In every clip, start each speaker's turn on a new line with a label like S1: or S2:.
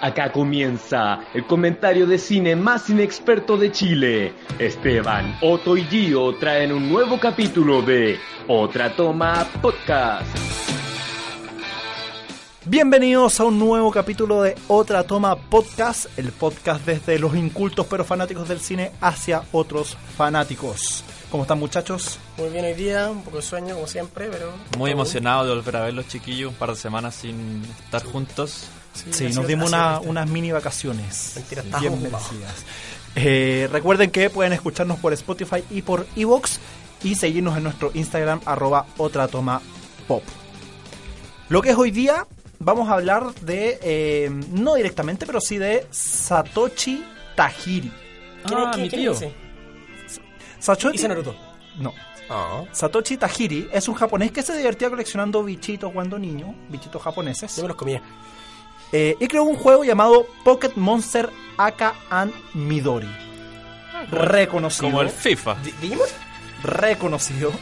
S1: Acá comienza el comentario de cine más inexperto de Chile. Esteban, Otto y Gio traen un nuevo capítulo de Otra Toma Podcast.
S2: Bienvenidos a un nuevo capítulo de Otra Toma Podcast, el podcast desde los incultos pero fanáticos del cine hacia otros fanáticos. ¿Cómo están muchachos?
S3: Muy bien hoy día, un poco de sueño como siempre, pero...
S4: Muy emocionado de volver a ver los chiquillos un par de semanas sin estar juntos.
S2: Sí, nos dimos una- unas mini vacaciones.
S3: Mentira, estás
S2: bien
S3: ocupado.
S2: merecidas. Eh, recuerden que pueden escucharnos por Spotify y por Evox y seguirnos en nuestro Instagram arroba otra toma pop. Lo que es hoy día, vamos a hablar de, eh, no directamente, pero sí de Satoshi Tajiri.
S3: ¿Quién
S4: ah,
S3: es- quién- quién es ese?
S2: Satoshi,
S3: Hizo Naruto.
S2: No.
S4: Ah.
S2: Satoshi Tajiri es un japonés que se divertía coleccionando bichitos cuando niño, bichitos japoneses.
S3: Yo me los comía.
S2: Eh, y creó un juego llamado Pocket Monster Aka and Midori. Reconocido.
S4: Como el FIFA.
S3: ¿Di- ¿Digimon?
S2: Reconocido.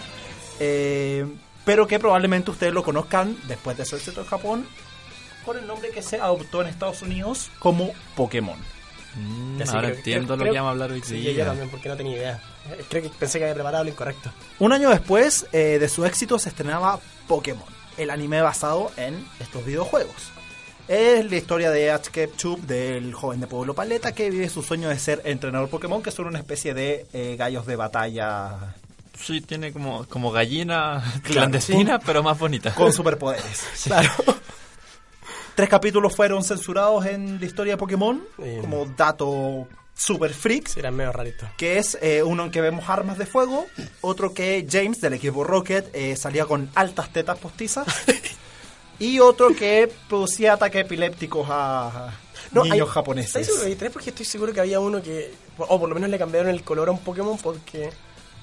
S2: eh, pero que probablemente ustedes lo conozcan después de su éxito en Japón con el nombre que se adoptó en Estados Unidos como Pokémon.
S4: Mm,
S3: Ya sí,
S4: ahora
S3: creo-
S4: entiendo
S3: creo-
S4: lo
S3: creo-
S4: que vamos a hablar hoy
S3: Sí,
S4: día.
S3: yo también, porque no tenía idea. Eh, Creo que pensé que había preparado lo incorrecto.
S2: Un año después eh, de su éxito se estrenaba Pokémon, el anime basado en estos videojuegos. Es la historia de Ash Ketchum, del joven de Pueblo Paleta, que vive su sueño de ser entrenador Pokémon, que son una especie de eh, gallos de batalla
S4: Sí, tiene como, como gallina clandestina, pero más bonita.
S2: con superpoderes. Claro. Tres capítulos fueron censurados en la historia de Pokémon,
S3: Eh.
S2: como dato super freaks.
S3: Sí, eran medio raritos.
S2: que es eh, uno en que vemos armas de fuego, otro que James del equipo Rocket eh, salía con altas tetas postizas y otro que producía ataques epilépticos a niños
S3: hay- ¿Estáis
S2: japoneses.
S3: seguros que hay tres? Porque estoy seguro que había uno que... O por lo menos le cambiaron el color a un Pokémon porque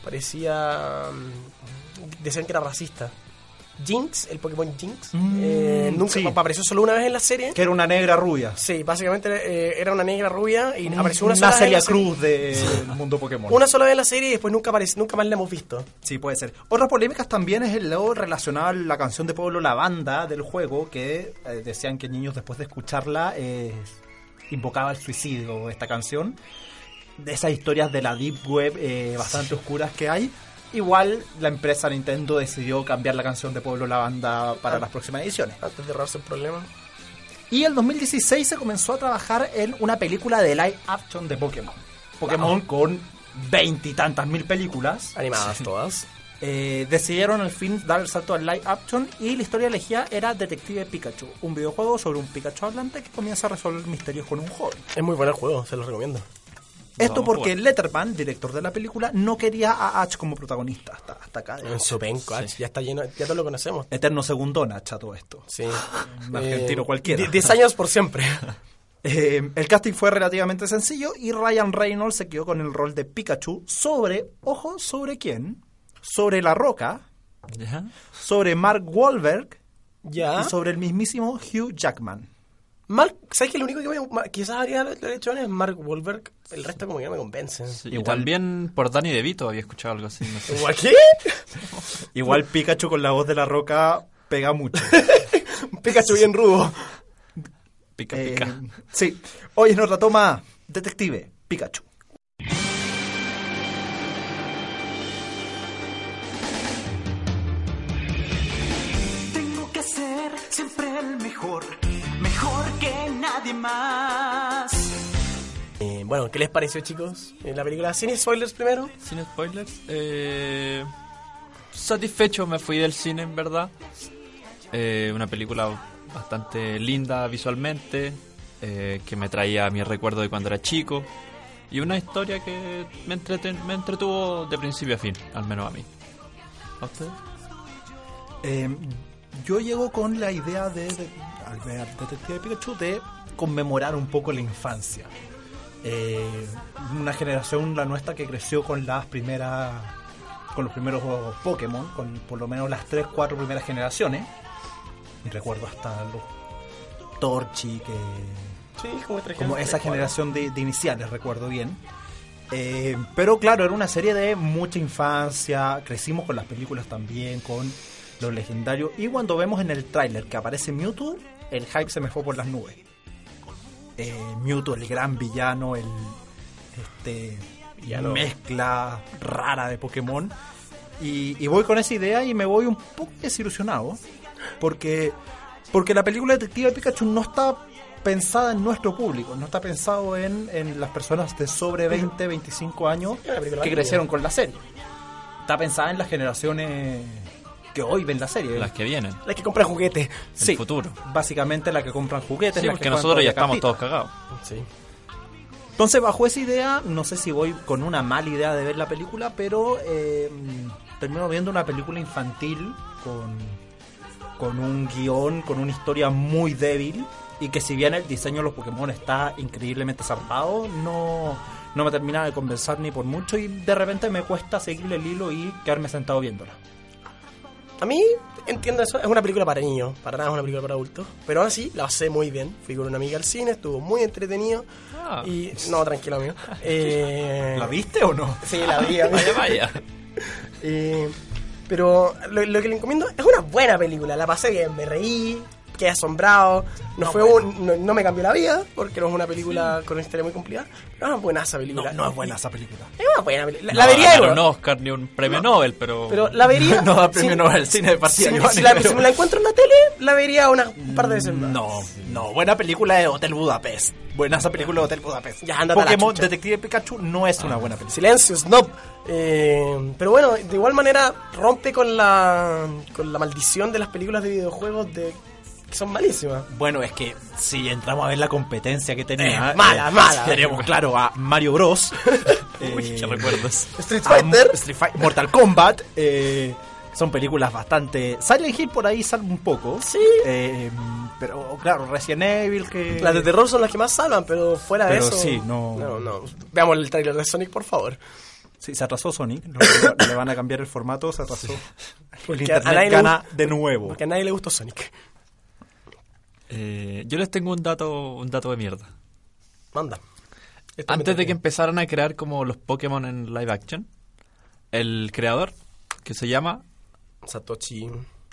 S3: parecía... mm, Decían que era racista. Jinx, el Pokémon Jinx,
S2: Mm,
S3: eh, nunca
S2: sí.
S3: apareció solo una vez en la serie.
S2: Que era una negra rubia.
S3: Sí, básicamente eh, era una negra rubia y apareció una sola
S2: Una
S3: vez en
S2: Celia
S3: la serie.
S2: Cruz del mundo Pokémon.
S3: Una sola vez en la serie y después nunca aparece, nunca más la hemos visto.
S2: Sí, puede ser. Otras polémicas también es el lado relacionado a la canción de Pueblo La Banda del juego, que eh, decían que niños después de escucharla eh, invocaba el suicidio esta canción. De esas historias de la Deep Web eh, bastante oscuras que hay. Igual la empresa Nintendo decidió cambiar la canción de Pueblo La Banda para
S3: Ah.
S2: las próximas ediciones.
S3: Antes de ahorrarse el problema.
S2: Y el 2016 se comenzó a trabajar en una película de live action de Pokémon. Pokémon con veintitantas mil películas.
S3: Animadas todas.
S2: Eh, decidieron al fin dar el salto al live action y la historia elegida era Detective Pikachu, un videojuego sobre un Pikachu hablante que comienza a resolver misterios con un joven.
S3: Es muy bueno el juego, se los recomiendo.
S2: Esto
S4: Vamos,
S2: porque
S4: bueno.
S2: Letterman, director de la película, no quería a Ash como protagonista hasta, hasta acá.
S3: En su penco, ach, ya está lleno, ya todos lo conocemos.
S2: Eterno segundón, Ash, a todo esto.
S3: Sí.
S2: Un argentino cualquiera.
S3: 10 años por siempre.
S2: Eh, el casting fue relativamente sencillo y Ryan Reynolds se quedó con el rol de Pikachu sobre, ojo, ¿sobre quién? Sobre La Roca,
S4: ¿Ya?
S2: sobre Mark Wahlberg
S3: ya.
S2: y sobre el mismísimo Hugh Jackman.
S3: Mark, ¿sabes que lo único que voy a- Mar- quizás habría lo, lo hecho es Mark Wahlberg? El resto como que no me convence.
S4: Sí,
S2: Igual-
S4: Y también por Danny DeVito había escuchado algo así. No sé.
S3: ¿O aquí?
S2: Igual Pikachu con la voz de la roca pega mucho.
S3: Pikachu bien rudo.
S4: Pica, pica.
S2: Eh, sí. Hoy en otra toma, Detective Pikachu.
S5: Tengo que ser siempre el mejor, mejor que nadie más.
S3: Eh, bueno, ¿qué les pareció, chicos? Eh, La película sin spoilers primero.
S4: Sin spoilers, eh, satisfecho me fui del cine, en verdad. Eh, una película bastante linda visualmente, eh, que me traía mi recuerdo de cuando era chico. Y una historia que me, entreten- me entretuvo de principio a fin, al menos a mí. ¿A ustedes?
S2: Eh, yo llego con la idea de, de- al ver Detective Pikachu de conmemorar un poco la infancia. Eh, una generación, la nuestra, que creció con las primeras con los primeros Pokémon, con por lo menos las 3, 4 primeras generaciones. Y recuerdo hasta los Torchi, que
S3: Sí, como, tres
S2: como
S3: gen-
S2: esa
S3: tres, cuatro.
S2: generación de, de iniciales, recuerdo bien. Eh, pero claro, era una serie de mucha infancia, crecimos con las películas también, con los legendarios. Y cuando vemos en el tráiler que aparece Mewtwo, el hype se me fue por las nubes. Eh, Mewtwo, el gran villano, el este
S3: Villano.
S2: mezcla rara de Pokémon. Y, y voy con esa idea y me voy un poco desilusionado. Porque, porque la película Detective Pikachu no está pensada en nuestro público, no está pensado en, en las personas de sobre 20, 25 años
S3: Era una película
S2: que
S3: antigua.
S2: crecieron con la serie. Está pensada en las generaciones que hoy ven la serie.
S4: Las que vienen.
S3: La que compra juguetes.
S4: el futuro.
S2: Básicamente la que compran juguetes. Este
S4: Sí,
S2: la que
S4: porque
S2: juegan
S4: nosotros
S2: con
S4: ya
S2: la
S4: estamos
S2: cartita.
S4: todos cagados.
S3: Sí.
S2: Entonces, bajo esa idea, no sé si voy con una mala idea de ver la película, pero eh, termino viendo una película infantil con, con un guión, con una historia muy débil. Y que si bien el diseño de los Pokémon está increíblemente zarpado, no, no me termina de convencer ni por mucho. Y de repente me cuesta seguirle el hilo y quedarme sentado viéndola.
S3: A mí, entiendo eso, es una película para niños, para nada es una película para adultos. Pero aún así, la pasé muy bien. Fui con una amiga al cine, estuvo muy entretenido.
S4: Ah.
S3: Y, no, tranquilo, amigo. Eh,
S2: ¿La viste o no?
S3: Sí, la vi, amigo.
S4: Vaya, vaya.
S3: Eh, pero lo, lo que le encomiendo es una buena película. La pasé bien, me reí, quedé asombrado. No, fue un- no, no me cambió la vida, porque no es una película con una historia muy complicada. Pero es una buena esa película.
S2: esa película.
S3: Es una buena película. La,
S4: No va a
S3: vería de
S4: ganar
S3: nuevo,
S4: un Oscar ni un premio Nobel, pero.
S3: Pero la vería.
S2: No da
S3: sin-
S2: premio Nobel al cine de partida,
S3: sin-
S2: Giovanni,
S3: si, la,
S2: pero-
S3: si me la encuentro en la tele, la vería unas par de veces más.
S2: No, no, buena película de Hotel Budapest. Buena esa película de Hotel Budapest.
S3: Ya, ándate a la
S2: Pokémon
S3: chucha.
S2: Detective Pikachu no es una buena película.
S3: Silencio, snob. Eh, pero bueno, de igual manera rompe con la, con la maldición de las películas de videojuegos de, que son malísimas.
S2: Bueno, es que si entramos a ver la competencia que tenía,
S3: Eh, mala, mala.
S2: Tenemos claro a Mario Bros.
S4: Uy, qué
S2: eh,
S4: recuerdos.
S3: Street
S2: a
S3: Fighter.
S2: Mo- Street Fight- Mortal Kombat. eh, son películas bastante. Silent Hill por ahí salva un poco.
S3: Sí.
S2: eh, pero claro, Resident Evil que.
S3: Las de terror son las que más salvan, pero fuera
S2: Eh. Pero
S3: de eso.
S2: sí, no-
S3: No, no. Veamos el trailer de Sonic, por favor.
S2: Sí, se atrasó Sonic. lo- Le van a cambiar el formato, se atrasó. El
S3: a nadie
S2: internet
S3: le
S2: gana
S3: gusta-
S2: de nuevo.
S3: Porque a nadie le gustó Sonic.
S4: Eh, yo les tengo un dato, un dato de mierda.
S3: Manda. Esto
S4: Antes
S3: me
S4: de que empezaran a crear como los Pokémon en live action, el creador, que se llama,
S3: Satoshi.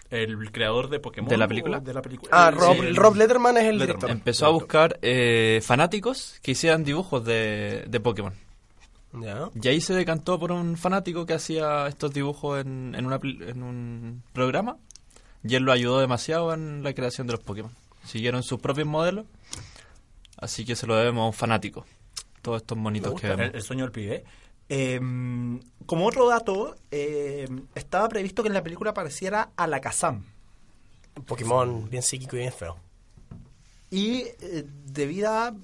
S6: El creador de Pokémon.
S4: ¿De la
S2: Oh,
S4: película?
S6: o De la película.
S2: Eh,
S3: Ah,
S6: Sí,
S3: Rob,
S6: el-
S3: Rob Letterman es el
S6: Letterman.
S3: director.
S4: empezó a buscar eh, fanáticos que hicieran dibujos de, de Pokémon.
S3: Ya.
S4: Y ahí se decantó por un fanático que hacía estos dibujos en, en una pl- en un programa. Y él lo ayudó demasiado en la creación de los Pokémon. Siguieron sus propios modelos. Así que se lo debemos a un fanático. Todos estos monitos que
S2: el,
S4: vemos.
S2: el sueño del pibe. Eh, como otro dato, eh, estaba previsto que en la película apareciera Alakazam.
S3: Pokémon, bien psíquico y bien feo.
S2: Y eh, debido a-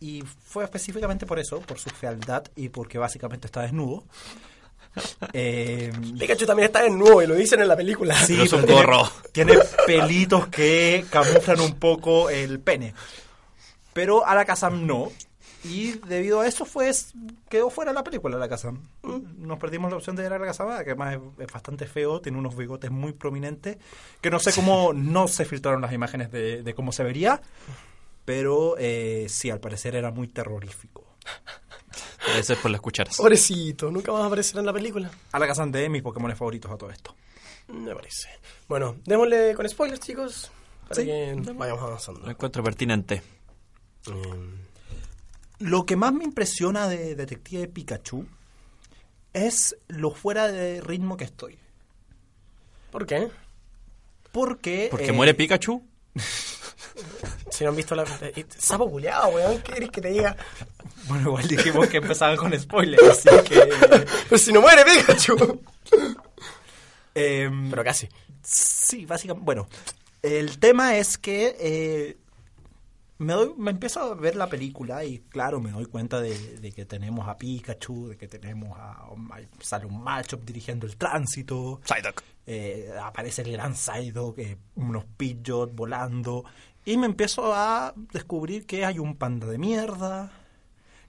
S2: y fue específicamente por eso, por su fealdad y porque básicamente está desnudo. Eh,
S3: Pikachu también está desnudo y lo dicen en la película.
S2: sí,
S4: Pero es un
S2: tiene-
S4: gorro.
S2: Tiene, pelitos que camuflan un poco el pene. Pero Alakazam no. Y debido a eso fue quedó fuera la película Alakazam. Nos perdimos la opción de ver a Alakazam, que además es, es bastante feo, tiene unos bigotes muy prominentes, que no sé cómo no se filtraron las imágenes de, de cómo se vería, pero eh, sí, al parecer era muy terrorífico.
S4: Gracias por las cucharas.
S3: Pobrecito, nunca más aparecerá en la película.
S2: Alakazam de mis Pokémon favoritos a todo esto.
S3: Me parece. Bueno, démosle con spoilers, chicos. Para que vayamos avanzando.
S4: Lo encuentro pertinente.
S3: Mm.
S2: Lo que más me impresiona de Detective Pikachu es lo fuera de ritmo que estoy.
S3: ¿Por qué?
S2: Porque.
S4: Porque
S2: eh,
S4: muere Pikachu.
S3: Si no han visto la. eh, Sapo culiao, weón. ¿Qué querés que te diga?
S2: Bueno, igual dijimos que empezaban con spoilers, así que.
S3: Pero si no muere Pikachu.
S2: eh,
S3: Pero casi.
S2: sí, básicamente. Bueno, el tema es que. eh, me, doy, me empiezo a ver la película y claro, me doy cuenta de, de que tenemos a Pikachu, de que tenemos a... a- sale un macho dirigiendo el tránsito.
S4: Psyduck.
S2: eh, aparece el gran Psyduck, eh, unos Pidgeot volando, y me empiezo a descubrir que hay un panda de mierda,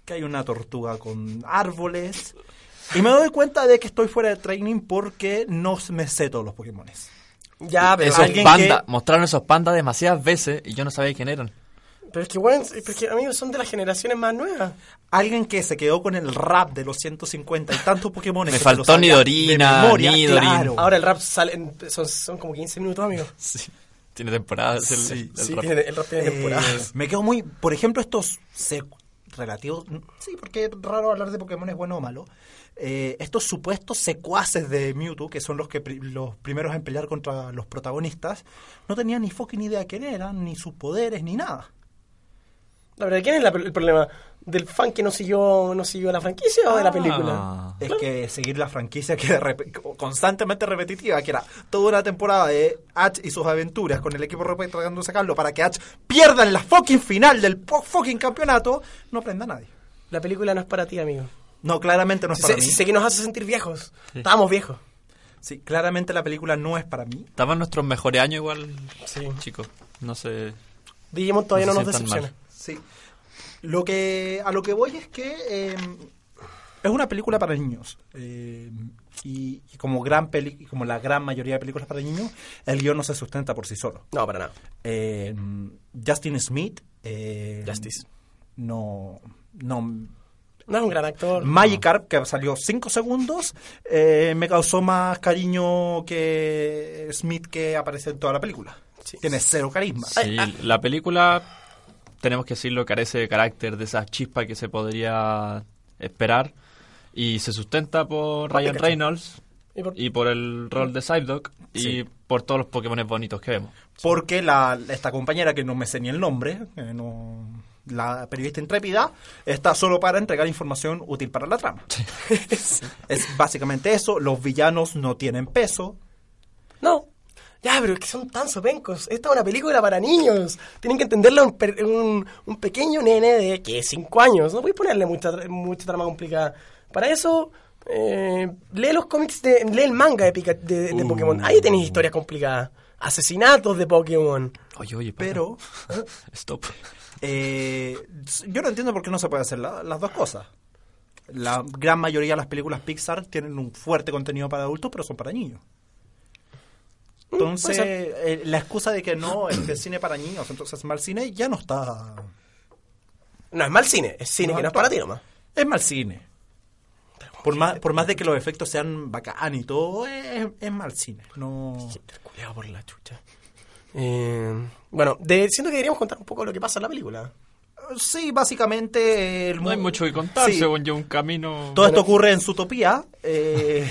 S2: que hay una tortuga con árboles, y me doy cuenta de que estoy fuera de training porque no me sé todos los Pokémones.
S3: Ya, pero
S4: Esos
S2: alguien
S4: pandas,
S2: que-
S4: mostraron esos pandas demasiadas veces y yo no sabía quién eran.
S3: Pero es que, bueno, es que, amigos, son de las generaciones más nuevas.
S2: Alguien que se quedó con el rap de los 150 y tantos Pokémon.
S4: Me faltó Nidorina, Nidorin.
S3: Ahora el rap sale, en- son, son como 15 minutos, amigos.
S4: Sí. Tiene temporadas el, el
S3: Sí,
S4: rap.
S3: tiene- el rap tiene temporadas.
S2: Eh, me quedo muy... Por ejemplo, estos se- relativos... Sí, porque es raro hablar de Pokémon es bueno o malo. Eh, estos supuestos secuaces de Mewtwo, que son los, que pri- los primeros en pelear contra los protagonistas, no tenían ni fucking idea quién eran, ni sus poderes, ni nada.
S3: La verdad, ¿quién es la- el problema? ¿Del fan que no siguió, no siguió la franquicia o de la película?
S4: Ah.
S2: Es que seguir la franquicia que era rep- constantemente repetitiva, que era toda una temporada de Ash y sus aventuras con el equipo ropa tratando de sacarlo para que Ash pierda en la fucking final del po- fucking campeonato, no aprenda nadie.
S3: La película no es para ti, amigo.
S2: No, claramente no es
S3: Si
S2: para
S3: sé,
S2: mí.
S3: si sé que nos hace sentir viejos. Estábamos viejos.
S2: Sí, claramente la película no es para mí.
S4: Estaban nuestros mejores años igual,
S3: Sí.
S4: chicos. No sé.
S3: Digimon todavía no,
S4: No se
S3: nos
S4: sientan mal.
S3: decepciona.
S2: Sí. Lo que, a lo que voy es que eh, es una película para niños. Eh, y, y como gran peli y como la gran mayoría de películas para niños, el guión no se sustenta por sí solo.
S3: No, para nada.
S2: Eh, Justin Smith. eh,
S3: Justice.
S2: No. No.
S3: No es un gran actor.
S2: Magikarp, que salió 5 segundos, eh, me causó más cariño que Smith que aparece en toda la película.
S3: Sí.
S2: Tiene cero carisma.
S4: Sí, la película, tenemos que decirlo, carece de carácter, de esas chispas que se podría esperar. Y se sustenta por Ryan Reynolds
S3: Y por-
S4: y por el rol de Psyduck y por todos los Pokémon bonitos que vemos.
S2: Porque la, esta compañera, que no me sé ni el nombre, eh, no- la periodista intrépida, está solo para entregar información útil para la trama. es básicamente eso. Los villanos no tienen peso.
S3: No. Ya, pero es que son tan sopencos. Esta es una película para niños. Tienen que entenderla un, per- un, un pequeño nene de, ¿qué? 5 años. No voy a ponerle mucha, tra- mucha trama complicada. Para eso, eh, lee los cómics, de, lee el manga de, Pika- de, de Pokémon. Ahí tenés historias complicadas. Asesinatos de Pokémon.
S4: Oye, oye, para.
S2: Pero
S4: Stop.
S2: Eh, yo no entiendo por qué no se puede hacer la- las dos cosas. La gran mayoría de las películas Pixar tienen un fuerte contenido para adultos, pero son para niños.
S4: Mm,
S2: Entonces,
S3: puede
S2: eh, la excusa de que no es que es cine para niños, entonces es mal cine, ya no está.
S3: No es mal cine, es cine que no es para ti nomás.
S2: Es mal cine. Por más, por más de que los efectos sean bacán y todo, es, es mal cine. No.
S3: Culeado por la chucha. Eh, bueno, de- siento que deberíamos contar un poco lo que pasa en la película.
S2: Sí, básicamente. eh, El
S4: No hay
S2: mu-
S4: mucho que contar,
S2: Sí.
S4: según yo, un camino.
S2: Todo esto ocurre en Zootopía, eh,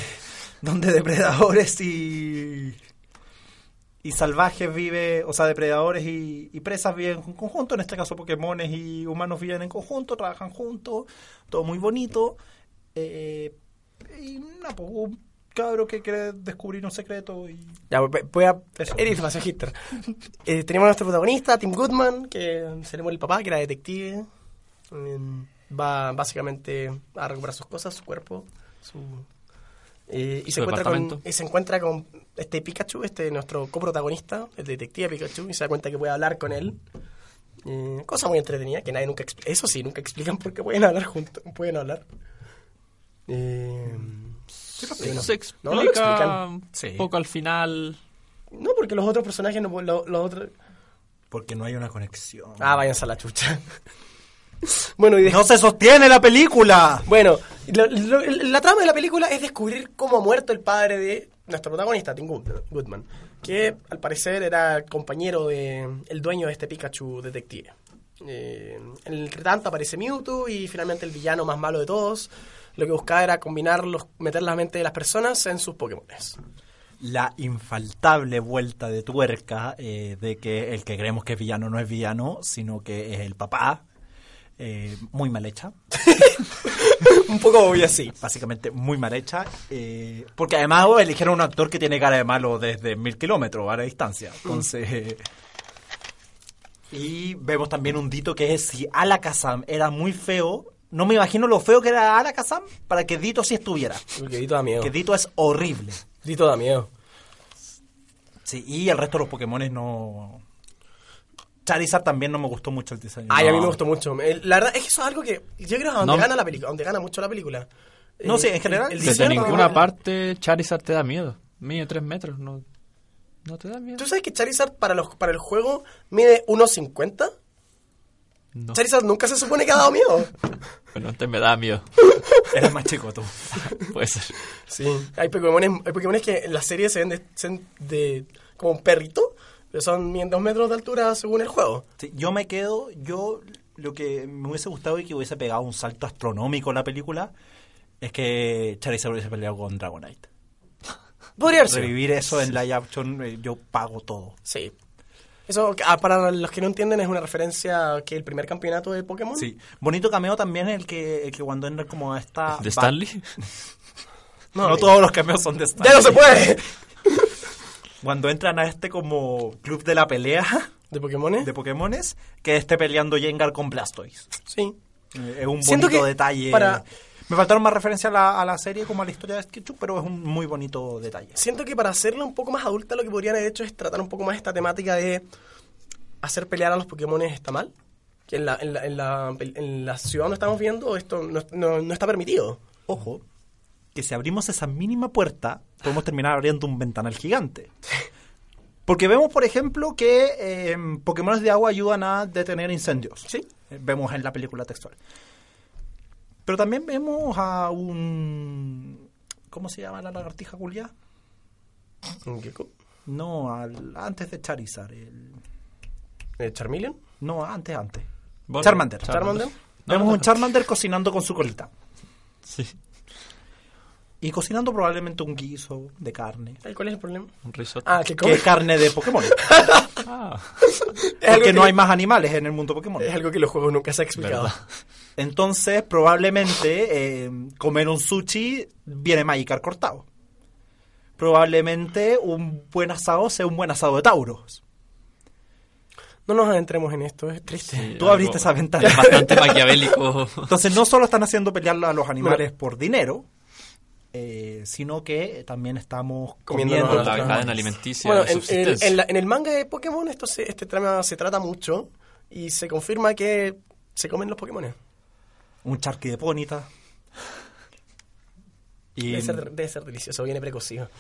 S2: donde depredadores y, y salvajes vive, o sea, depredadores y, y presas viven en conjunto, en este caso Pokémones y humanos viven en conjunto, trabajan juntos, todo muy bonito. eh, y nada, pues, un cabro que quiere descubrir un secreto y...
S3: Ya, voy- voy a.
S2: Eso.
S3: Era información hipster. Eh, tenemos a nuestro protagonista, Tim Goodman, que se le muere el papá, que era detective. Eh, va básicamente a recuperar sus cosas, su cuerpo, su. eh, y,
S4: Su
S3: se encuentra con,
S4: departamento.
S3: y se encuentra con este Pikachu, este nuestro coprotagonista, el detective Pikachu, y se da cuenta que puede hablar con él. Eh, cosa muy entretenida, que nadie nunca expli- Eso sí, nunca explican por qué pueden hablar juntos, pueden hablar. Eh,
S4: Sí,
S3: no.
S4: se
S3: No, no lo
S4: explica
S3: explican.
S4: un
S2: Sí.
S4: poco al final.
S3: No, porque los otros personajes no pu- lo- los otros
S2: Porque no hay una conexión.
S3: Ah, váyanse a la chucha. bueno, y de-
S2: ¡No se sostiene la película!
S3: bueno, lo- lo- la trama de la película es descubrir cómo ha muerto el padre de nuestro protagonista, Tim Good- Goodman, que al parecer era compañero de el dueño de este Pikachu detective. Eh, entre tanto aparece Mewtwo y finalmente el villano más malo de todos. Lo que buscaba era combinar los, meter la mente de las personas en sus Pokémones.
S2: la infaltable vuelta de tuerca eh, de que el que creemos que es villano no es villano, sino que es el papá. eh, muy mal hecha,
S3: Un poco obvio así.
S2: básicamente muy mal hecha. eh, porque además oh, eligieron un actor que tiene cara de malo desde mil kilómetros a la
S3: Mm.
S2: distancia. Entonces. eh, y vemos también un dito que es si Alakazam era muy feo. No me imagino lo feo que era Alakazam para que Dito sí estuviera.
S3: Que Dito da miedo.
S2: Que Dito es horrible.
S3: Dito da miedo.
S2: Sí, y el resto de los Pokémones no. Charizard también no me gustó mucho el diseño.
S3: Ay, a mí
S4: No.
S3: me gustó mucho. El- La verdad es que eso es algo que yo creo que a donde
S4: No.
S3: gana la película, donde gana mucho la película.
S2: No,
S3: Eh,
S2: sí, en general,
S3: el
S2: desde
S4: Desde
S3: diseño-
S4: ninguna parte Charizard te da miedo. Mide 3 metros, no, no te da miedo.
S3: ¿Tú sabes que Charizard para, los, para el juego mide 1.50?
S4: No.
S3: Charizard nunca se supone que ha dado miedo.
S4: Bueno, antes me daba miedo.
S2: Eres más chico tú.
S4: Puede ser.
S3: Sí. Hay Pokémones, hay Pokémones que en la serie se ven de, se ven de- como un perrito, pero son miden dos metros de altura según el juego.
S2: Sí, yo me quedo, yo lo que me hubiese gustado y que hubiese pegado un salto astronómico en la película es que Charizard hubiese peleado con Dragonite.
S3: Podría haber sido.
S2: Revivir eso en live action, eh, yo pago todo.
S3: Sí. Eso, ah, para los que no entienden, es una referencia que el primer campeonato de Pokémon.
S2: Sí. Bonito cameo también el que, el que cuando entra como a esta...
S3: Ah,
S4: ¿De Stanley?
S2: No, no todos los cameos son de Stanley.
S3: ¡Ya no se puede!
S2: Cuando entran a este como club de la pelea
S3: ¿De Pokémones?
S2: de Pokémones, que esté peleando Jengar con Blastoise.
S3: Sí.
S2: Eh, Es un
S3: Siento
S2: bonito
S3: que
S2: detalle.
S3: para-
S2: Me faltaron más referencias a la, a la serie como a la historia de Sketchup, pero es un muy bonito detalle.
S3: Siento que para hacerla un poco más adulta, lo que podrían haber hecho es tratar un poco más esta temática de hacer pelear a los Pokémones está mal. Que en la, en la, en la, en la ciudad donde estamos viendo, esto no, no- no está permitido.
S2: Ojo, que si abrimos esa mínima puerta, podemos terminar abriendo un ventanal gigante. Porque vemos, por ejemplo, que eh, Pokémones de agua ayudan a detener incendios. Sí. Vemos en la película textual. Pero también vemos a un... ¿Cómo se llama la lagartija Julia?
S3: Gecko.
S2: No, al- antes de Charizard. el-
S3: Eh, Charmeleon.
S2: no, antes, antes.
S4: Bueno,
S2: Charmander.
S3: Charmander.
S4: No,
S2: vemos
S4: no,
S2: un
S4: no.
S2: Charmander cocinando con su colita.
S4: Sí.
S2: Y cocinando probablemente un guiso de carne.
S3: Ay, ¿Cuál es el problema?
S4: Un risotto.
S3: Ah, que
S2: que
S3: come.
S2: es carne de Pokémon.
S4: Ah.
S3: Es algo
S2: Porque
S3: que
S2: no
S3: lo-
S2: hay más animales en el mundo Pokémon.
S3: Es algo que los juegos nunca se ha explicado.
S2: Entonces, probablemente eh, comer un sushi viene Magikarp cortado. Probablemente un buen asado sea un buen asado de Tauros.
S3: No nos adentremos en esto, es triste.
S4: Sí,
S2: Tú
S4: algo
S2: abriste esa ventana.
S4: Bastante maquiavélico.
S2: Entonces, no solo están haciendo pelear a los animales por dinero, eh, sino que también estamos
S3: Comiéndonos
S2: comiendo.
S4: Con
S2: a
S4: la
S2: los
S4: cadena
S2: animales.
S4: alimenticia.
S3: Bueno,
S4: de
S3: en, en-
S4: subsistencia.
S3: en la- en el manga de Pokémon esto se, este trama se trata mucho y se confirma que se comen los Pokémon.
S2: Un charqui de Ponita. Y,
S3: Debe, ser, debe ser delicioso, viene precocido.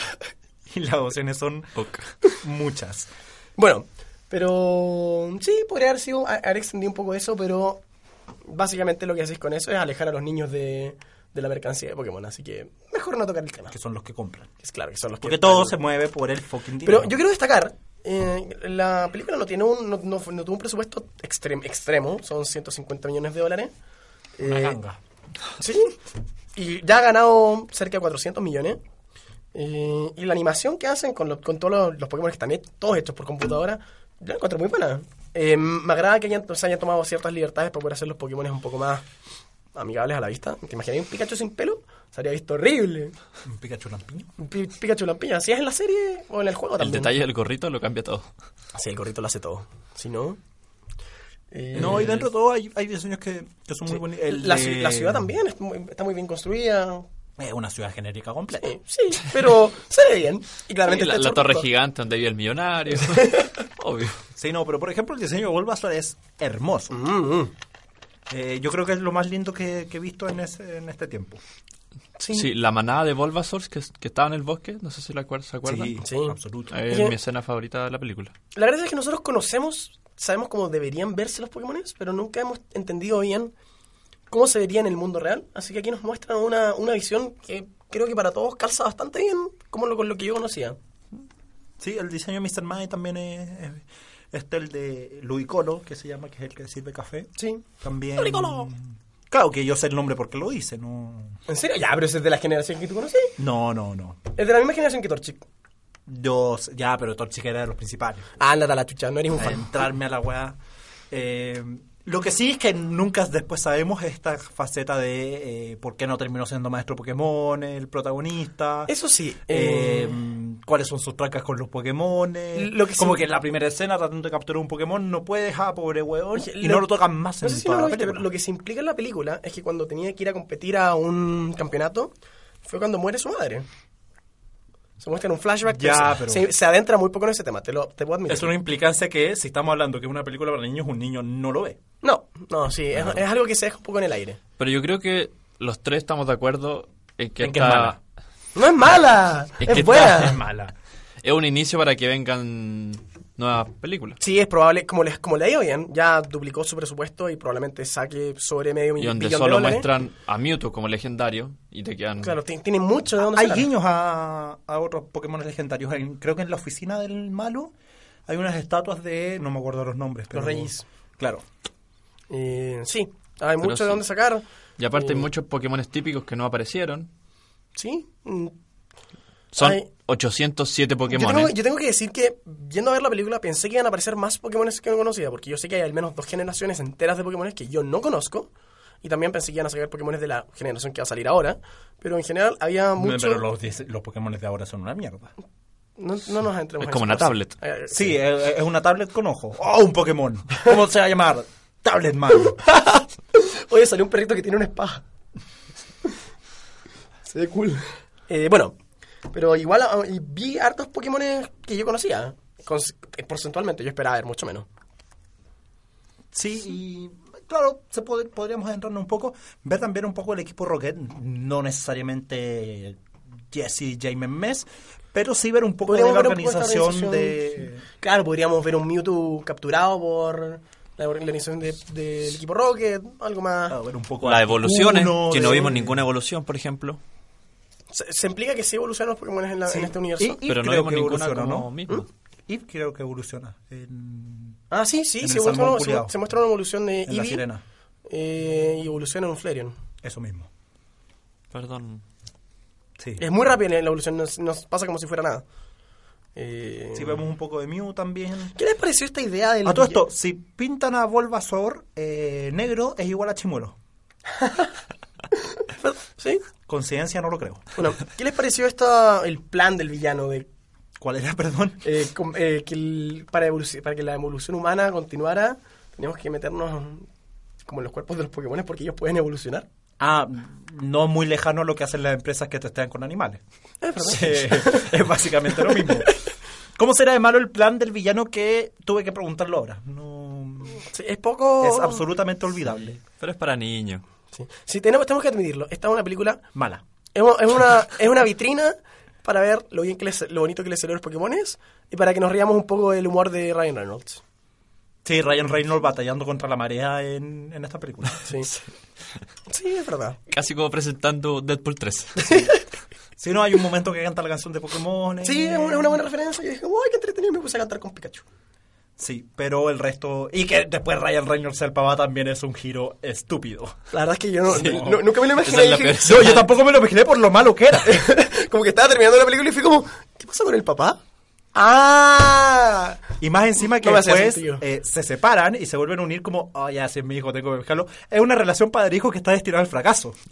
S2: y las opciones son
S4: Ok.
S2: muchas.
S3: Bueno, pero sí, podría haber sido, ha- haber extendido un poco eso, pero básicamente lo que hacéis con eso es alejar a los niños de, de la mercancía de Pokémon, así que mejor no tocar el tema.
S2: que son los que compran.
S3: Es claro que son los que-
S2: Porque todo se mueve por el fucking dinero.
S3: Pero yo quiero destacar, eh, la película no tiene un, no, no fue- no tuvo un presupuesto extrem- extremo, son 150 millones de dólares.
S2: Una
S3: Eh,
S2: ganga.
S3: Sí. Y ya ha ganado cerca de 400 millones. Eh, y la animación que hacen con, lo- con todos los, los Pokémon que están hechos, todos hechos por computadora, yo la encuentro muy buena. Eh, me agrada que hayan, se hayan tomado ciertas libertades para poder hacer los Pokémon un poco más amigables a la vista. ¿Te imaginas un Pikachu sin pelo? Se habría visto horrible.
S2: Un Pikachu lampiño.
S3: Un Pi- Pikachu lampiña. Así es en la serie o en el juego
S4: El
S3: también.
S4: detalle del gorrito lo cambia todo.
S3: Sí, el gorrito lo hace todo. Si no. eh,
S2: No, y dentro de todo hay, hay diseños que, que son muy bonitos. El
S3: la,
S2: de-
S3: ci- la ciudad también es muy- está muy bien construida.
S2: Es una ciudad genérica completa.
S3: Eh, sí, pero se ve bien. Y claramente
S4: Y la,
S3: está
S4: la
S3: hecho
S4: torre
S3: roto.
S4: gigante donde vive el millonario. Obvio.
S2: Sí, no, pero por ejemplo el diseño de Bulbasaur es hermoso.
S3: Mm, mm.
S2: Eh, yo creo que es lo más lindo que, que he visto en, ese, en este tiempo.
S3: Sí.
S4: Sí, la manada de Bulbasaur que, que estaba en el bosque, no sé si la acuer- se acuerdan.
S3: Sí.
S2: absoluto.
S4: Eh,
S3: Oye.
S4: Es mi escena favorita de la película.
S3: La verdad es que nosotros conocemos, sabemos cómo deberían verse los Pokémon, pero nunca hemos entendido bien cómo se vería en el mundo real. Así que aquí nos muestran una, una visión que creo que para todos calza bastante bien como lo, con lo que yo conocía.
S2: Sí, el diseño de Mr. Mime también es, es- Este, el de Luicolo, que se llama, que es el que sirve café.
S3: Sí.
S2: También...
S3: Ludicolo.
S2: Claro que yo sé el nombre porque lo hice, no...
S3: ¿En serio? Ya, pero ese es de la generación que tú conocí.
S2: No, no, no.
S3: Es de la misma generación que Torchic.
S2: Yo, ya, pero Torchic era de los principales.
S3: Ándate a la chucha, no eres un
S2: a
S3: fan.
S2: entrarme a la weá. Eh, lo que sí es que nunca después sabemos esta faceta de eh, por qué no terminó siendo maestro Pokémon, el protagonista.
S3: Eso sí.
S2: eh,
S3: eh,
S2: cuáles son sus tracas con los Pokémon.
S3: Lo que sí-
S2: Como que en la primera escena, tratando de capturar un Pokémon, no puedes, ah, pobre weón.
S3: Oye,
S2: y
S3: lo-
S2: no lo tocan más
S3: No
S2: en
S3: sé si
S2: toda
S3: no lo
S2: la
S3: viste, pero
S2: película.
S3: lo que se implica en la película es que cuando tenía que ir a competir a un campeonato fue cuando muere su madre. Se muestra en un flashback,
S2: Ya,
S3: se-
S2: pero-
S3: se, se adentra muy poco en ese tema, te lo te puedo admitir.
S6: Es una implicancia que, si estamos hablando que es una película para niños, un niño no lo ve.
S3: No, no, sí, es, es algo que se deja un poco en el aire.
S4: Pero yo creo que los tres estamos de acuerdo en que,
S6: En que
S4: esta-
S6: es mala.
S3: No es mala,
S4: Es
S3: es,
S4: que
S3: buena.
S6: Es mala.
S4: es un inicio para que vengan nuevas películas.
S3: Sí, es probable, como les como le ha ido bien, ya duplicó su presupuesto y probablemente saque sobre medio
S4: Y
S3: millón
S4: donde
S3: de
S4: solo
S3: dólares.
S4: muestran a Mewtwo como legendario y te quedan...
S3: Claro, ti- tiene mucho de dónde
S2: Hay
S3: sacar.
S2: guiños a, a otros Pokémon legendarios. En- creo que en la oficina del malo hay unas estatuas de. No me acuerdo los nombres. Pero,
S3: reyes.
S2: Claro.
S3: Eh, sí, hay
S4: Pero
S3: mucho
S4: sí.
S3: de dónde sacar.
S4: Y aparte hay
S3: Eh,
S4: muchos Pokémon típicos que no aparecieron.
S3: Sí. mm,
S4: Son
S3: Ay.
S4: 807
S3: Yo
S4: Pokémon. ¿eh?
S3: tengo, yo tengo que decir que, yendo a ver la película, pensé que iban a aparecer más Pokémon que no conocía, porque yo sé que hay al menos dos generaciones enteras de Pokémon que yo no conozco, y también pensé que iban a sacar Pokémon de la generación que va a salir ahora, pero en general había mucho...
S6: Pero los, dis- los Pokémon de ahora son una mierda.
S3: No, no nos entremos
S4: Es
S3: en eso,
S4: como una
S3: por si-
S4: tablet.
S3: Eh,
S2: Sí, Es, es una tablet con ojo. ¡Oh, un Pokémon! ¿Cómo se va a llamar? Tablet Man.
S3: Oye, salió un perrito que tiene una espada. Se ve cool. Eh, bueno, pero igual ah, y vi hartos Pokémon que yo conocía. con- eh, porcentualmente, yo esperaba ver mucho menos.
S2: Sí, y claro, se pod- podríamos adentrarnos un poco, ver también un poco el equipo Rocket, no necesariamente Jesse James Mess, pero sí ver un poco de la
S3: ver un poco esta
S2: organización, de...
S3: organización. Claro, podríamos ver un Mewtwo capturado por la organización de- del equipo Rocket, algo más.
S2: claro, ver un poco
S4: Las
S2: a
S4: evoluciones,
S2: Articuno,
S4: ¿eh? que no
S2: de-
S4: vimos ninguna evolución, por ejemplo.
S3: Se, se implica que sí evolucionan los Pokémon en, la- en este universo.
S2: Y- y
S4: Pero no
S2: creo
S4: vimos
S2: que
S4: ninguna
S2: evolucionó,
S4: como misma.
S2: Y creo que evoluciona en,
S3: ah, sí, sí,
S2: en
S3: se
S2: el
S3: muestra,
S2: salmón
S3: se-
S2: culiao.
S3: se muestra una evolución de
S2: en La
S3: Eevee,
S2: Sirena,
S3: eh, y evoluciona en un Flareon.
S2: eso mismo.
S4: Perdón.
S2: Sí.
S3: Es muy rápida la evolución, nos, nos pasa como si fuera nada. Eh,
S2: Sí, vemos un poco de Mew también.
S3: ¿Qué les pareció esta idea del
S2: A todo esto,
S3: villano?
S2: si pintan a Bulbasaur eh, negro es igual a Chimuelo.
S3: ¿Sí?
S2: Coincidencia no lo creo.
S3: Bueno, ¿qué les pareció esta, el plan del villano de
S2: ¿Cuál era, perdón?
S3: eh, com- eh, que el- para, evoluci- para que la evolución humana continuara, teníamos que meternos como en los cuerpos de los Pokémon porque ellos pueden evolucionar.
S2: Ah, no muy lejano a lo que hacen las empresas que testean con animales.
S3: Es verdad.
S2: Sí, es básicamente lo mismo. ¿Cómo será de malo el plan del villano que tuve que preguntarlo ahora? No,
S3: Sí, es poco...
S2: es absolutamente olvidable.
S4: Pero es para niños.
S3: Sí, Sí, tenemos, tenemos que admitirlo. Esta es una película,
S2: Mala.
S3: es, una- es una, es una vitrina para ver lo, bien que les, lo bonito que les salió a los Pokémones y para que nos riamos un poco del humor de Ryan Reynolds.
S2: Sí, Ryan Reynolds batallando contra la marea en, en esta película.
S3: Sí. sí, es verdad.
S4: Casi como presentando Deadpool 3.
S2: Si no, hay un momento que canta la canción de Pokémon. eh.
S3: Sí, es una, es una buena referencia. Yo dije, uy, qué entretenido, me puse a cantar con Pikachu.
S2: Sí, pero el resto... Y que después Ryan Reynolds sea el papá también es un giro estúpido.
S3: La verdad es que yo no, no- nunca me lo imaginé.
S4: Esa es la
S3: Dije,
S4: peor.
S2: No, yo tampoco me lo imaginé por lo malo que era.
S3: como que estaba terminando la película y fui como, ¿qué pasa con el papá? ¡Ah!
S2: Y más encima que
S3: No me hace
S2: después
S3: sentido.
S2: eh, se separan y se vuelven a unir como, oh, ya, si es mi hijo, tengo que dejarlo. Es una relación padre-hijo que está destinada al fracaso.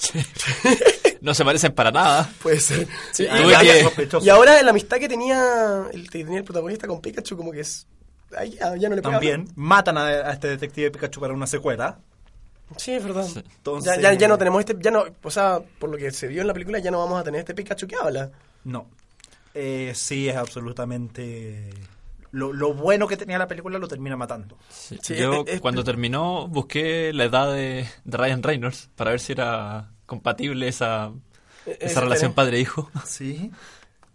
S4: No se parecen para nada.
S3: Puede ser.
S4: Sí,
S3: y,
S4: tuve
S3: y ahora-
S4: que-
S3: y ahora la amistad que tenía el, que tenía el protagonista con Pikachu, como que es. ay, ya, ya no le pega.
S2: También matan a, a este detective Pikachu para una secuela.
S3: Sí, es verdad.
S2: Entonces-
S3: ya, ya, ya no tenemos este. Ya no, o sea, por lo que se vio en la película, ya no vamos a tener este Pikachu que habla.
S2: No. Eh, sí, es absolutamente... Lo, lo bueno que tenía la película lo termina matando.
S3: Sí,
S4: yo,
S3: es- es-
S4: cuando terminó, busqué la edad de, de Ryan Reynolds para ver si era compatible esa,
S3: Eh,
S4: esa
S3: ese
S4: relación
S3: tenés.
S4: padre-hijo.
S2: Sí.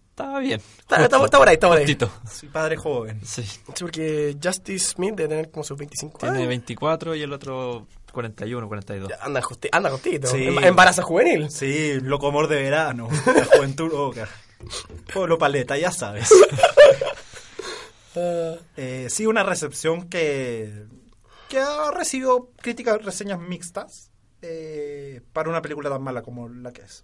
S4: Estaba bien.
S3: Está, está- está por ahí, está por ahí.
S4: Justito.
S2: Sí, padre joven.
S4: Sí.
S3: Sí, porque Justice Smith debe tener como sus 25
S4: Tiene
S3: años.
S4: 24 y el otro 41, 42.
S3: Ya, Anda, justi- anda justito.
S2: Sí.
S3: Em- Embarazo juvenil.
S2: Sí, locomor de verano. La juventud loca. Pueblo paleta, ya sabes.
S3: Ah,
S2: Eh, sí, una recepción que, que ha recibido críticas, reseñas mixtas eh, para una película tan mala como la que es.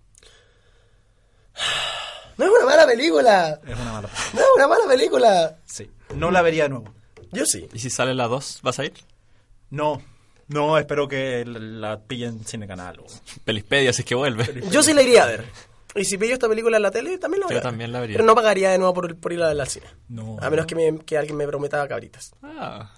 S3: no es una mala película.
S2: Es una mala película.
S3: No es una mala película.
S2: Sí. No la vería de nuevo.
S3: Yo sí.
S4: ¿Y si sale la 2, vas a ir?
S2: No. No, espero que la, la pillen en Cine Canal. o-
S4: Pelispedia, si es que vuelve.
S3: Yo sí la iría a ver. Y si pillo esta película en la tele, también la
S4: Yo
S3: vería.
S4: también la vería.
S3: Pero no pagaría de nuevo por, por ir a la- al cine.
S2: No.
S3: A menos que, me- que alguien me prometa cabritas.
S4: Ah,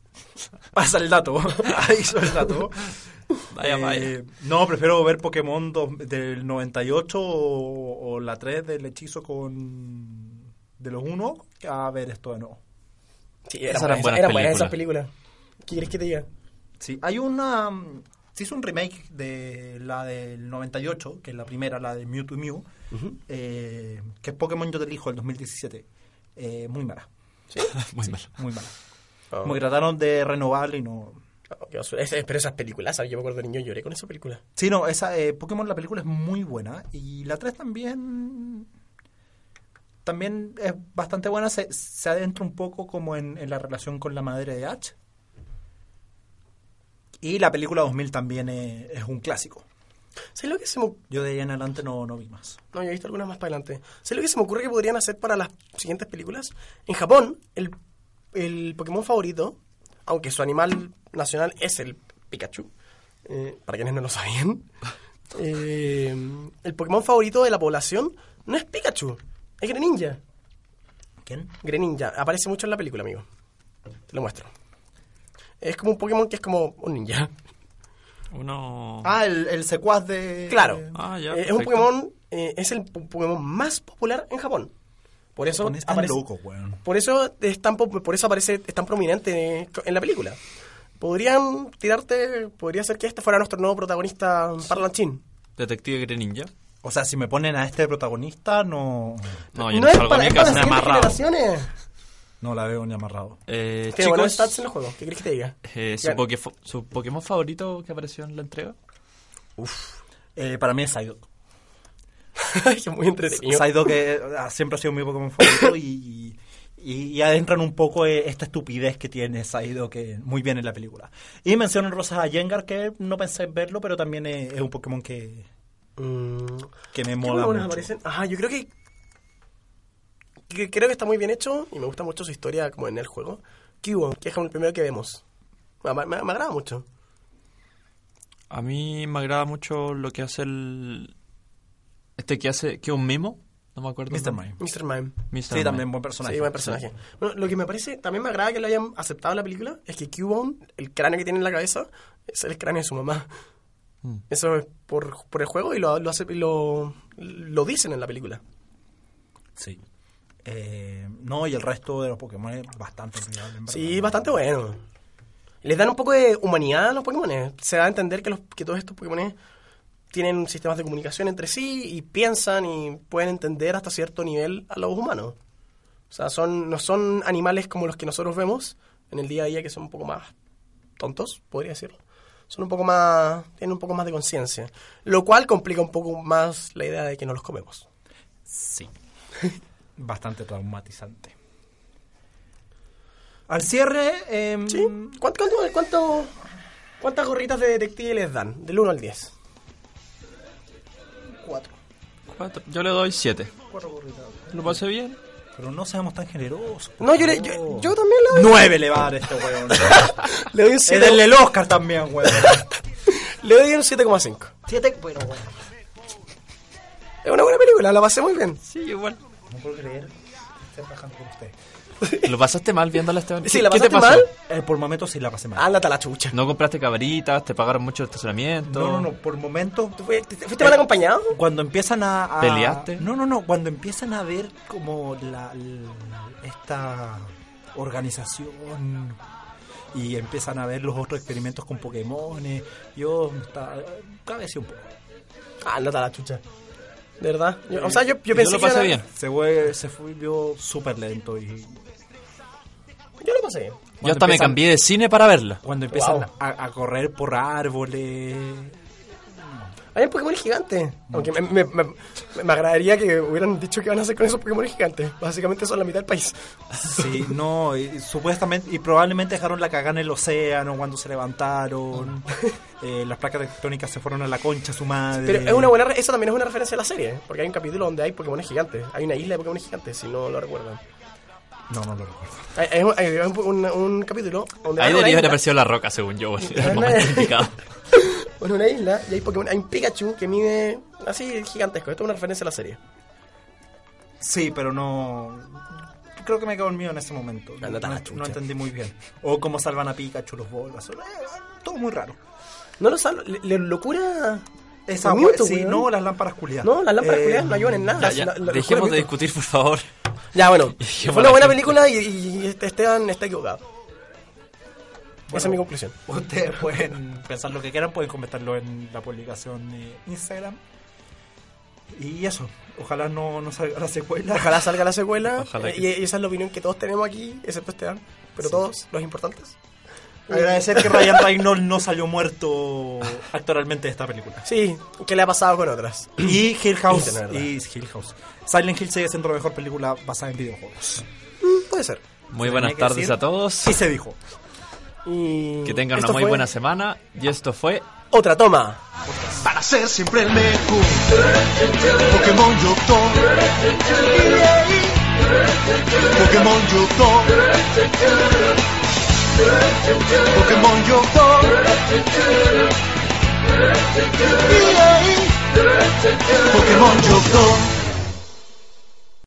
S7: Pasa el dato.
S2: Ahí hizo el dato. Eh,
S4: Vaya, vaya.
S2: No, prefiero ver Pokémon dos- del 98 o, o la 3 del hechizo con. de los 1 a ver esto de nuevo.
S3: Sí, eran
S4: Esas
S3: buenas,
S4: eran buenas
S3: eran buenas esas películas. ¿Qué quieres que te diga?
S2: Sí, hay una. mm, Se hizo un remake de la del 98, que es la primera, la de Mew to Mew, eh, que es Pokémon Yo Te Elijo, del 2017. Eh, muy mala,
S4: Muy mal.
S2: muy mala.
S3: Oh.
S2: Como que trataron de renovarla y no.
S3: Oh, qué basura. Ese- pero esas películas, ¿sabes? yo me acuerdo de niño lloré con esa película.
S2: Sí, no, esa, eh, Pokémon la película es muy buena y la 3 también también es bastante buena, se, se adentra un poco como en, en la relación con la madre de Ash. Y la película 2000 también eh, es, un clásico.
S3: ¿Sabes lo que se me
S2: Yo de ahí en adelante no, no vi más.
S3: No, yo he visto algunas más para adelante. ¿Sabes lo que se me ocurre que podrían hacer para las siguientes películas? En Japón, el, el Pokémon favorito, aunque su animal nacional es el Pikachu, eh, para quienes no lo sabían, eh, el Pokémon favorito de la población no es Pikachu, es Greninja.
S2: ¿Quién?
S3: Greninja, aparece mucho en la película, amigo. Te lo muestro. Es como un Pokémon que es como un
S4: Eh,
S3: ninja.
S4: Uno.
S2: Ah, el, el secuaz de...
S3: Claro.
S4: Ah, ya,
S3: Eh, es un
S4: perfecto.
S3: Pokémon, eh, es el po- Pokémon más popular en Japón. Por eso
S2: Son tan
S3: aparece-
S2: locos, weón.
S3: Por eso es tan po- por eso aparece es tan prominente en la película. Podrían tirarte, podría ser que este fuera nuestro nuevo protagonista parlanchín.
S4: Detective Greninja.
S2: O sea, si me ponen a este protagonista, no,
S4: No, yo no, salgo de
S3: las
S4: mi casa
S3: siguientes
S4: amarrado.
S3: generaciones.
S2: no la veo ni amarrado.
S4: Eh,
S3: Tiene buenos
S4: chicos,
S3: stats en el juego, ¿qué crees que te diga?
S4: eh, su,
S3: Ya.
S4: poquefo- su Pokémon favorito que apareció en la entrega.
S2: Eh, para mí es Psyduck.
S3: es muy entretenido.
S2: Saido que eh, siempre ha sido mi Pokémon favorito y, y, y adentran un poco eh, esta estupidez que tiene Saido que muy bien en la película. Y mencionan Rosas a Jengar que no pensé en verlo, pero también es, es un Pokémon que,
S3: Mm,
S2: que me
S3: ¿Qué
S2: mola
S3: Pokémones
S2: mucho.
S3: aparecen? Ah, yo creo que, que- creo que está muy bien hecho y me gusta mucho su historia como en el juego. Cubone, que es como el primero que vemos. Me, me- me agrada mucho.
S4: A mí me agrada mucho lo que hace el. Este que hace. que es un mimo. No me acuerdo. el
S2: Mr.
S4: nombre.
S2: Mime.
S3: Mr. Mime.
S4: Mr.
S2: Sí,
S4: Mime.
S2: también buen personaje.
S3: Sí, buen personaje. Bueno, lo que me parece, también me agrada que lo hayan aceptado en la película, es que Cubone, el cráneo que tiene en la cabeza, es el cráneo de su mamá.
S4: Mm.
S3: Eso es por, por el juego y lo, lo, hace- y lo, lo dicen en la película.
S2: Sí. Eh, no, y el resto de los Pokémon es bastante olvidable, en
S3: Sí,
S2: verdad.
S3: bastante bueno. Les dan un poco de humanidad a los Pokémon. Se da a entender que, los, que todos estos Pokémon tienen sistemas de comunicación entre sí y piensan y pueden entender hasta cierto nivel a los humanos. O sea, son, no son animales como los que nosotros vemos en el día a día que son un poco más tontos, podría decirlo. Son un poco más, tienen un poco más de conciencia. Lo cual complica un poco más la idea de que no los comemos.
S2: Sí. Bastante traumatizante. Al cierre, eh,
S3: ¿Sí? ¿Cuánto, cuánto- cuánto- cuántas gorritas de detective les dan? Del 1 al 10. 4.
S4: Cuatro. Yo le doy siete. Lo pasé bien.
S2: pero no seamos tan generosos. por
S3: No, yo, le, yo,
S2: favor.
S3: yo también le doy,
S2: Nueve le va a dar este weón.
S3: le doy un
S2: Es
S3: 7.
S2: del el Oscar también, weón.
S3: Le doy un 7,5.
S2: Siete, bueno, weón.
S3: Es una buena película, la pasé muy bien.
S4: Sí, igual.
S2: No puedo creer. Estar trabajando con usted.
S4: ¿Lo pasaste mal viéndola este
S3: Sí, la
S4: ¿Qué te
S3: pasaste
S4: pasó?
S3: mal.
S2: Eh, por momentos sí la pasé mal.
S3: Ándate a la chucha.
S4: ¿No compraste cabritas? ¿Te pagaron mucho el estacionamiento?
S2: No, no, no, por momentos.
S3: ¿Tú fuiste, fuiste mal acompañado?
S2: Cuando empiezan a, a-
S4: ¿Peleaste?
S2: No, no, no. Cuando empiezan a ver como la, l- esta organización y empiezan a ver los otros experimentos con Pokémon, eh, yo estaba cabeceé un poco.
S3: Ándate a la chucha. De verdad. Yo- o sea, yo, yo
S4: Yo
S3: pensé
S4: lo pasé
S3: que. era-
S4: bien.
S2: Se fue, se fue yo súper lento y
S3: Yo lo pasé bien.
S4: Yo hasta me
S2: empiezan-
S4: cambié de cine para verla.
S2: cuando empiezan
S3: Wow.
S2: a, a correr por árboles.
S3: Hay un Pokémon gigante. Aunque me, me, me, me agradaría que hubieran dicho qué van a hacer con esos Pokémon gigantes. Básicamente son la mitad del país.
S2: Sí, no, y, y supuestamente y probablemente dejaron la cagada en el océano cuando se levantaron. Eh, las placas tectónicas se fueron a la concha su madre.
S3: Pero es una buena. re- Eso también es una referencia a la serie. ¿eh? Porque hay un capítulo donde hay Pokémon gigantes. Hay una isla de Pokémon gigantes, si no lo recuerdan.
S2: No, no lo recuerdo.
S3: Hay, hay un- hay un, un- un capítulo donde
S4: Ahí
S3: van a una
S4: debería haber
S3: isla-
S4: aparecido la roca, según yo. boludo. Era el
S3: Ana-
S4: momento indicado.
S3: Bueno, una isla y hay Pokémon, hay un Pikachu que mide así gigantesco. Esto es una referencia a la serie.
S2: Sí, pero no. creo que me quedé dormido en ese momento. No,
S3: Ándate a la
S2: no
S3: chucha.
S2: entendí muy bien. O cómo salvan a Pikachu los bolas. Todo muy raro.
S3: No lo salvo. le- le- locura.
S2: Esa
S3: Mewtwo,
S2: hue- sí,
S3: weón.
S2: no, las lámparas culiadas.
S3: No, las lámparas
S2: Eh,
S3: culiadas no ayudan en
S4: Ya,
S3: nada.
S4: ya,
S3: La- la-
S4: dejemos
S3: locura
S4: de
S3: Mewtwo.
S4: discutir, por favor.
S3: Ya, bueno.
S4: Dejemos
S3: Fue una
S4: la
S3: buena
S4: gente.
S3: película y, y- y este- Esteban está equivocado. Esa es mi conclusión.
S2: Ustedes pueden pensar lo que quieran, pueden comentarlo en la publicación de Instagram. Y eso, ojalá no, no salga la secuela.
S3: Ojalá salga la secuela.
S4: Ojalá
S3: eh,
S4: que
S3: y, y esa es la opinión que todos tenemos aquí, excepto Esteban. Pero todos, los importantes.
S2: Agradecer que Ryan Reynolds no salió muerto actualmente de esta película.
S3: Sí, ¿qué le ha pasado con otras?
S2: Y Hill House.
S3: Internet, ¿verdad?
S2: Y Hill House. Silent Hill sigue siendo la mejor película basada en videojuegos.
S3: Mm, puede ser.
S4: Muy
S2: Se
S4: buenas
S2: tenía que
S4: tardes
S2: decir.
S4: a todos.
S2: Sí se dijo.
S3: Y
S4: Que tengan una
S3: esto
S4: muy
S3: fue
S4: buena semana. Y esto fue
S3: Otra toma.
S5: para ser siempre el mejor. Pokémon Doctor. Pokémon Doctor. Pokémon Doctor. Pokémon Doctor.